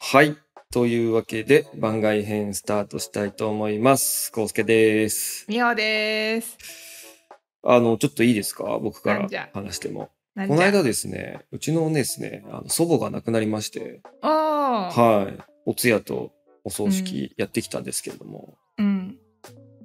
はい。というわけで、番外編スタートしたいと思います。コウスケです。みほです。あの、ちょっといいですか僕かなんじゃら話しても。なこんじゃの間ですね、うちのですね、あの祖母が亡くなりまして、ああ。はい。お通夜とお葬式やってきたんですけれども、うん。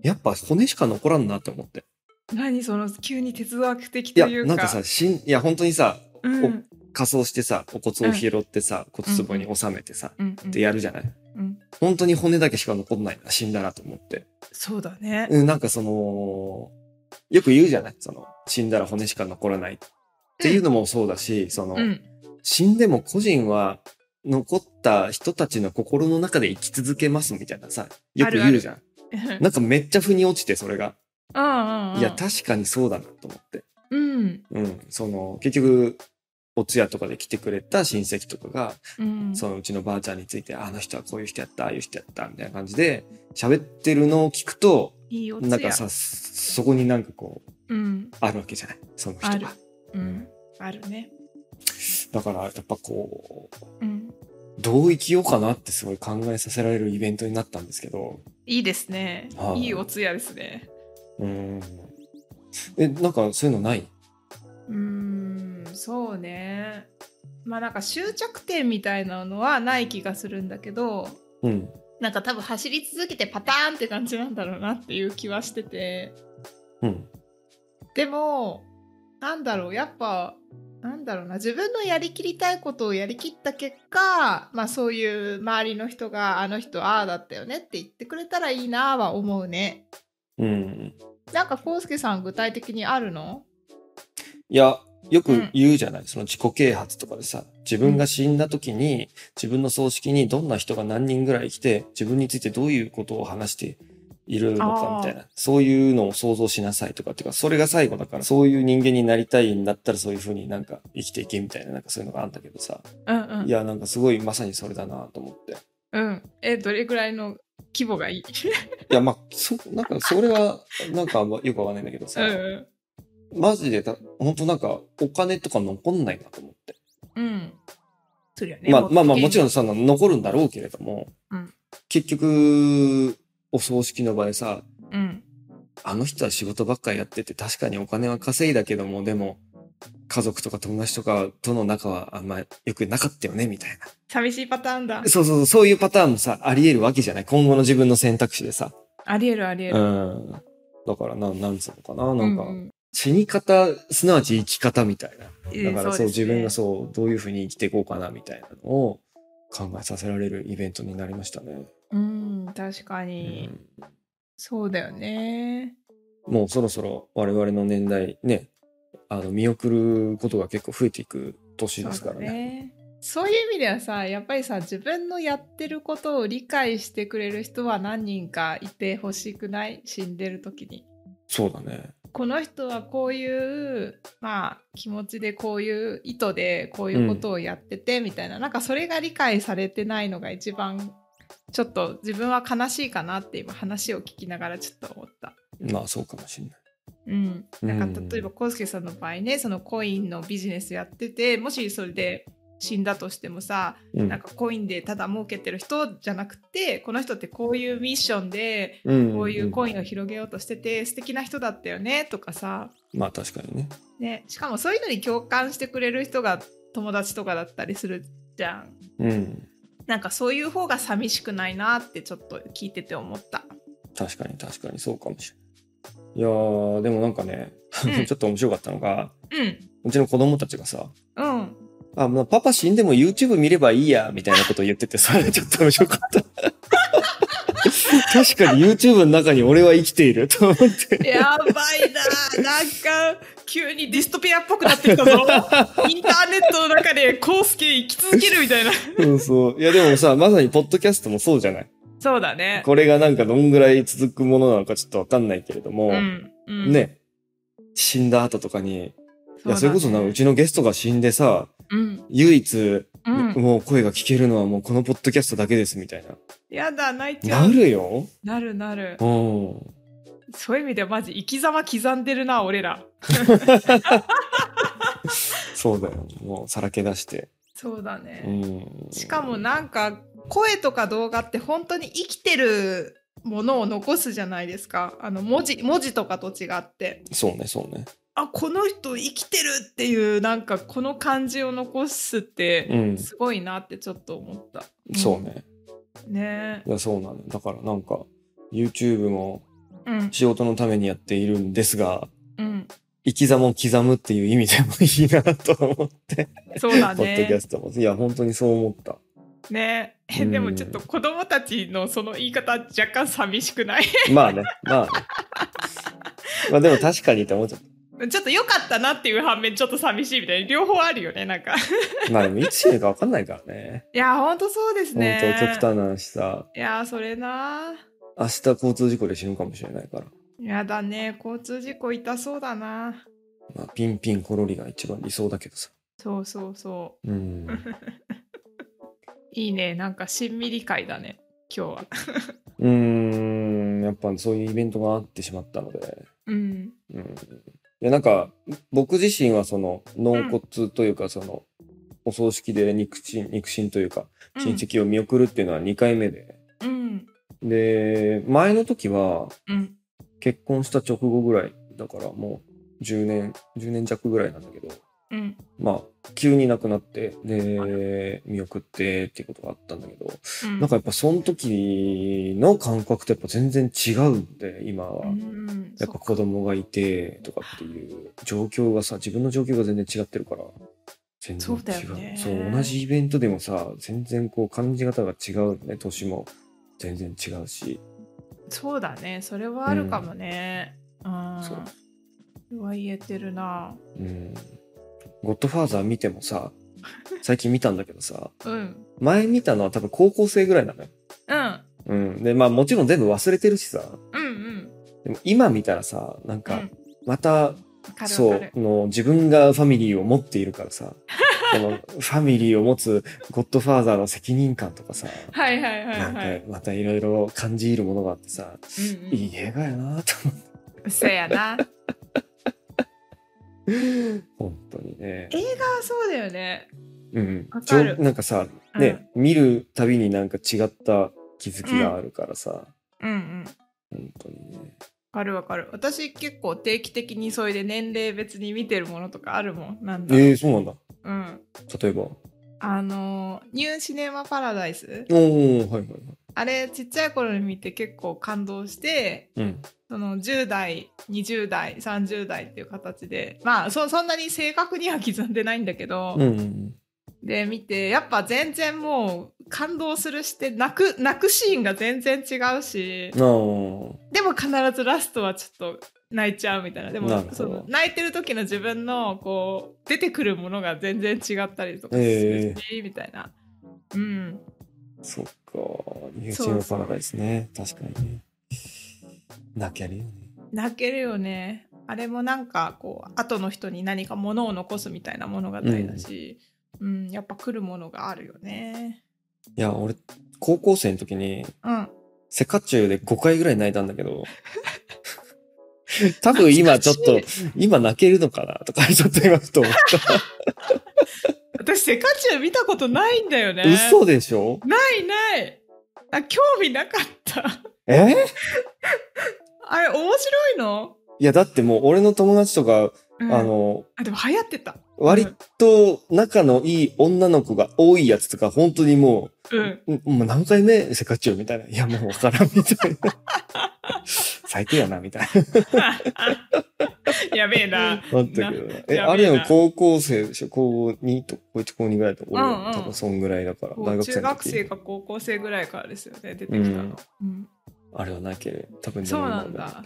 やっぱ骨しか残らんなって思って。何その急に哲学的いとや、いうか。なんかさ、しん、いや、本当にさ、うん、うん仮装してさ、お骨を拾ってさ、骨壺に収めてさ、うん、ってやるじゃないうん。本当に骨だけしか残んないな、死んだらと思って。そうだね。 うん、なんかその、よく言うじゃないその、死んだら骨しか残らない。っていうのもそうだし、その、うん。死んでも個人は残った人たちの心の中で生き続けますみたいなさ、よく言うじゃん。なんかめっちゃ腑に落ちて、それが。 うんうんうん。いや、確かにそうだなと思って。うん。うん、その、結局、お通夜とかで来てくれた親戚とかが、うん。そのうちのばあちゃんについて、あの人はこういう人やった、ああいう人やった、みたいな感じで、喋ってるのを聞くと、いいおつや。なんかさ、そこになんかこう、うん。あるわけじゃないそのあ人るがうん。あるね。だからやっぱこううん。どう生きようかなってすごい考えさせられるイベントになったんですけどいいですねは。いいいおつやですね。うーんえなんかそういうのないうーんそうねまあなんか終着点みたいなのはない気がするんだけどうんなんか多分走り続けてパターンって感じなんだろうなっていう気はしててうんでもなんだろうやっぱなんだろうな自分のやりきりたいことをやりきった結果まあそういう周りの人があの人ああだったよねって言ってくれたらいいなは思うねうんなんかこうすけさん具体的にあるのいやよく言うじゃない、その自己啓発とかでさ自分が死んだ時に自分の葬式にどんな人が何人ぐらい来て自分についてどういうことを話しているのかみたいなそういうのを想像しなさいとかっていうかそれが最後だからそういう人間になりたいんだったらそういうふうになんか生きていけみたいななんかそういうのがあんだけどさうんういやなんかすごいまさにそれだなと思ってうんえどれぐらいの規模がいいいやまあそなんかそれはなんかあんまよくわかんないんだけどさ、 うんマジでた本当なんかお金とか残んないなと思って。うん。そりゃね。まあまあまあもちろん。んその残るんだろうけれども、うん結局お葬式の場合さうん。あの人は仕事ばっかりやってて確かにお金は稼いだけどもでも家族とか友達とかとの仲はあんま良くなかったよねみたいな寂しいパターンだ。そうそうそうそういうパターンもさあり得るわけじゃない今後の自分の選択肢でさありえるありえうる。んだからなんなんつうのかななんか、うう死に方すなわち生き方みたいなええだからそうです自ね分がそうどういうふうに生きていこうかなみたいなのを考えさせられるイベントになりましたね。うん、確かに。そうだよね。うんもうそろそろ我々の年代ねあの見送ることが結構増えていく年ですからそうだね。ねそういう意味ではさ、やっぱりさ、自分のやってることを理解してくれる人は何人かいてほしくない死んでる時に。そうだね。この人はこういう、まあ、気持ちでこういう意図でこういうことをやっててみたいな、なんかそれが理解されてないのが一番ちょっと自分は悲しいかなって今話を聞きながらちょっと思った。まあそうかもしれない。うん、うんなんか例えば浩介さんの場合ねそのコインのビジネスやっててもしそれで死んだとしてもさうんなんかコインでただ儲けてる人じゃなくてこの人ってこういうミッションでうんこういうコインを広げようとしてて素敵な人だったよねとかさまあ確かにね。ね、しかもそういうのに共感してくれる人が友達とかだったりするじゃん。うんなんかそういう方が寂しくないなってちょっと聞いてて思 った。確かに確かにそうかもしれない。いやーでもなんかね、うんちょっと面白かったのがうん。うちの子供たちがさうん。あ、まあ、パパ死んでも YouTube 見ればいいや、みたいなことを言ってて、それちょっと面白かった。確かに YouTube の中に俺は生きていると思って。やばいな。なんか急にディストピアっぽくなってき たぞ。インターネットの中でコウスケ生き続けるみたいな。そうそう。いやでもさ、まさにポッドキャストもそうじゃない。そうだね。これがなんかどんぐらい続くものなのかちょっとわかんないけれども、うん。うん、ね、死んだ後とかに、いや、そだれこそな、うちのゲストが死んでさ、うん。唯一、うん。もう声が聞けるのはもうこのポッドキャストだけですみたいやだ、泣いちな。ゃなう。るよ。なるなる。うん。そういう意味ではマジ生き様刻んでるな、俺ら。そうだよ。もうさらけ出して。そうだね。うん。しかもなんか声とか動画って本当に生きてるものを残すじゃないですかあの文字文字とかと違ってそうね、そうね。あこの人生きてるっていうなんかこの感じを残すっうてん。すごいなってちょっと思った、そうね。うんねいや、そうなのよ。だからなんか、YouTube もうん仕事のためにやっているんですが、うん 生き様を刻むっていう意味でもいいなと思って、そうだポッドキャねストも。いや、本当にそう思った。ねえうんでもちょっと子供たちのその言い方若干寂しくない まあね、まあ、ね、まあでも確かにって思っちゃっちょっと良かったなっていう反面ちょっと寂しいみたいな両方あるよねなんかた。まあでもいつ死ぬか分かんないからね。いやほんとそうです本ね当極端な話さ、いやそれな明日交通事故で死ぬかもしれないから。やだね交通事故痛そうだなまあ、ピンピンコロリが一番理想だけどさ。そうそうそううん。いいね、なんかしんみり会だね、今日は。うーん、やっぱそういうイベントがあってしまったので。うん。うん。いや、なんか、僕自身はその、納骨というか、その、お葬式で肉親、肉親というか、親戚を見送るっていうのは2回目で。うん。で、前の時は、うん。結婚した直後ぐらいだからもう10年10年弱ぐらいなんだけどうん。まあ急に亡くなってで見送ってっていうことがあったんだけどうん。なんかやっぱその時の感覚とやっぱ全然違うんで今はうん、やっそぱっか子供がいてとかっていう状況がさ自分の状況が全然違ってるから全然違そうだよねそう同じイベントでもさ全然こう感じ方が違うよね年も全然違うしそうだね、それはあるかもね。うん。そうそれは言えてるな。うんゴッドファーザー見ても さ、最近見たんだけどさ、うん。前見たのは多分高校生ぐらいなのよ。うん。うん。で、まあもちろん全部忘れてるしさ、うんうん。でも今見たらさ、なんうん。かわ、また、かるそわかうる。、の自分がファミリーを持っているから さ、このファミリーを持つゴッドファーザーの責任感とかさ、はいはいはいなんかはい。またいろいろ感じるものがあってさ、うんうんいい映画やなと思って。そやな。 本当にね。映画はそうだよね。うんわかるじょなんかさ、ね、見るたびになんか違った気づきがあるからさ、うんうん。わ本当にね。かるわかる。私結構定期的にそれで年齢別に見てるものとかあるもん。なんだろう。えー、そうなんだ。うん。例えば。あのニューシネマパラダイスおー、はいはいはい。あれちっちゃい頃に見て結構感動してうん。その10代20代30代っていう形でまあそそんなに正確には刻んでないんだけど、うんうんで見てやっぱ全然もう感動するして泣く泣くシーンが全然違うしうん。あーでも必ずラストはちょっと泣いちゃうみたいなでなるもほどその泣いてる時の自分のこう出てくるものが全然違ったりとかすえるし、みたいな。うんそっか。ニューチューブパラダイスね。確かにね。泣けるよね。泣けるよねあれもなんかこう後の人に何かものを残すみたいな物語だし、うんやっぱ来るものがあるよねいや、俺、高校生の時に、うんセカチュウで5回ぐらい泣いたんだけ ど、多分今ちょっと懐、今泣けるのかなとか、ちょっと今ふと思った。 私セカチュウ見たことないんだよね嘘でしょないないあ興味なかった えーあれ面白いの、いや、だってもう俺の友達とか、うんあの、あでも流行ってた割と仲のいい女の子が多いやつとか、本当にもうん う、んもう何回目セカチュウみたいな。いや、もうわからんみた いな。最低やな、みたいな。やべえなあったけどね。え、やあべえれなも高校生でしょ高2と、高1高2ぐらいだと、俺、うんうん多分そんぐらいだから、こう大学生中の学生時。か高校生ぐらいからですよね出てきたの、うんあれは泣ける。多分そうな今んもだ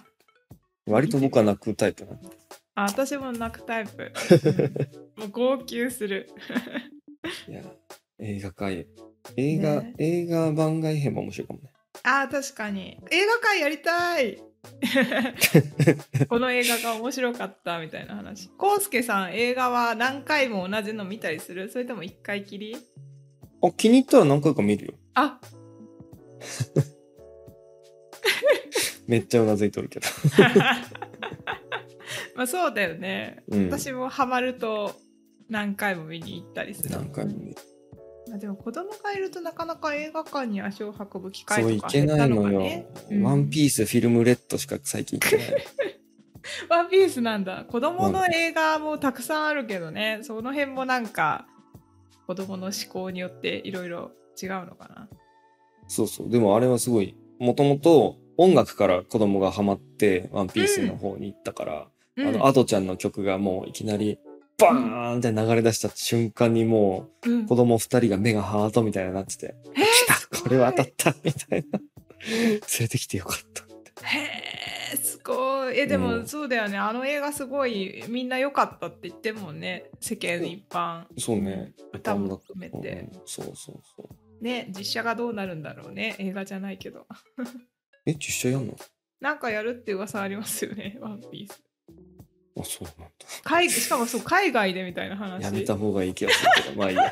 割と僕は泣くタイプなんだ。あ私も泣くタイ プ、うんもう号泣するいや、映画界。映画、ね映画番外編も面白いかもね。あー確かに映画館やりたいこの映画が面白かったみたいな話コウスケさん映画は何回も同じの見たりするそれとも一回きりあ、気に入ったら何回か見るよ。 あめっちゃうなずいとるけど。まあそうだよね、うん私もハマると何回も見に行ったりする何回も見る。まあ、でも子供がいるとなかなか映画館に足を運ぶ機会そうといかけ減っなたいののかよね。うんワンピースフィルムレッドしか最近行ってないワンピースなんだ。子供の映画もたくさんあるけどね、その辺もなんか子供の思考によっていろいろ違うのかな。そうそうでもあれはすごいもともと音楽から子供がハマってワンピースの方に行ったから、うんあのアドちゃんの曲がもういきなりバーンって流れ出した瞬間にもうんう子供二人が目がハートみたいになっててえー「来たこれは当たった」みた いな連れてきてよかったへえすごいえでうもんそうだよね、あの映画すごいみんな良かったって言ってもんね世間一般そうね歌も含めうてんそうそうそうね実写がどうなるんだろうね映画じゃないけどえ実写やんのなんかやるって噂ありますよね「ワンピースあそうなんだ海しかもそう海外でみたいな話やめた方がいい気がするけ ど、まあいいや。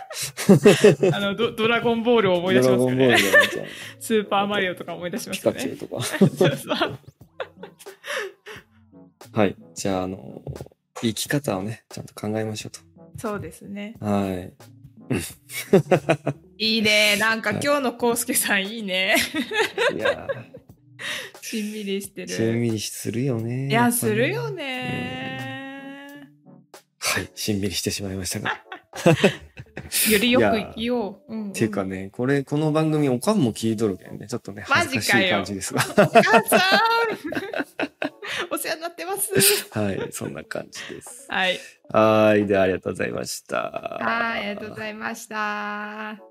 あのドドラゴンボールを思い出しドまラすゴよンボールねみた いスーパーマリオとか思い出しな。まピすよカチュねウとか。そうそうはい。じゃあ、あの、生き方をね、ちゃんと考えましょう そうですねと。はい。いいねなんかはい今日のコウスケさんいいねい やしんみりしてー、しんるみりするよね。いっぱやりする。よねはい。しんみりしてしまいましたが。よりよいやく生きよう。うんうんっていうかね、これ、この番組、おかんも聞いとるけんね。ちょっとね、恥ずかしい感じですが。お母さん お世話になっ てます。はい。そんな感じです。はい。はい。では、ありがとうございました。はい、ありがとうございました。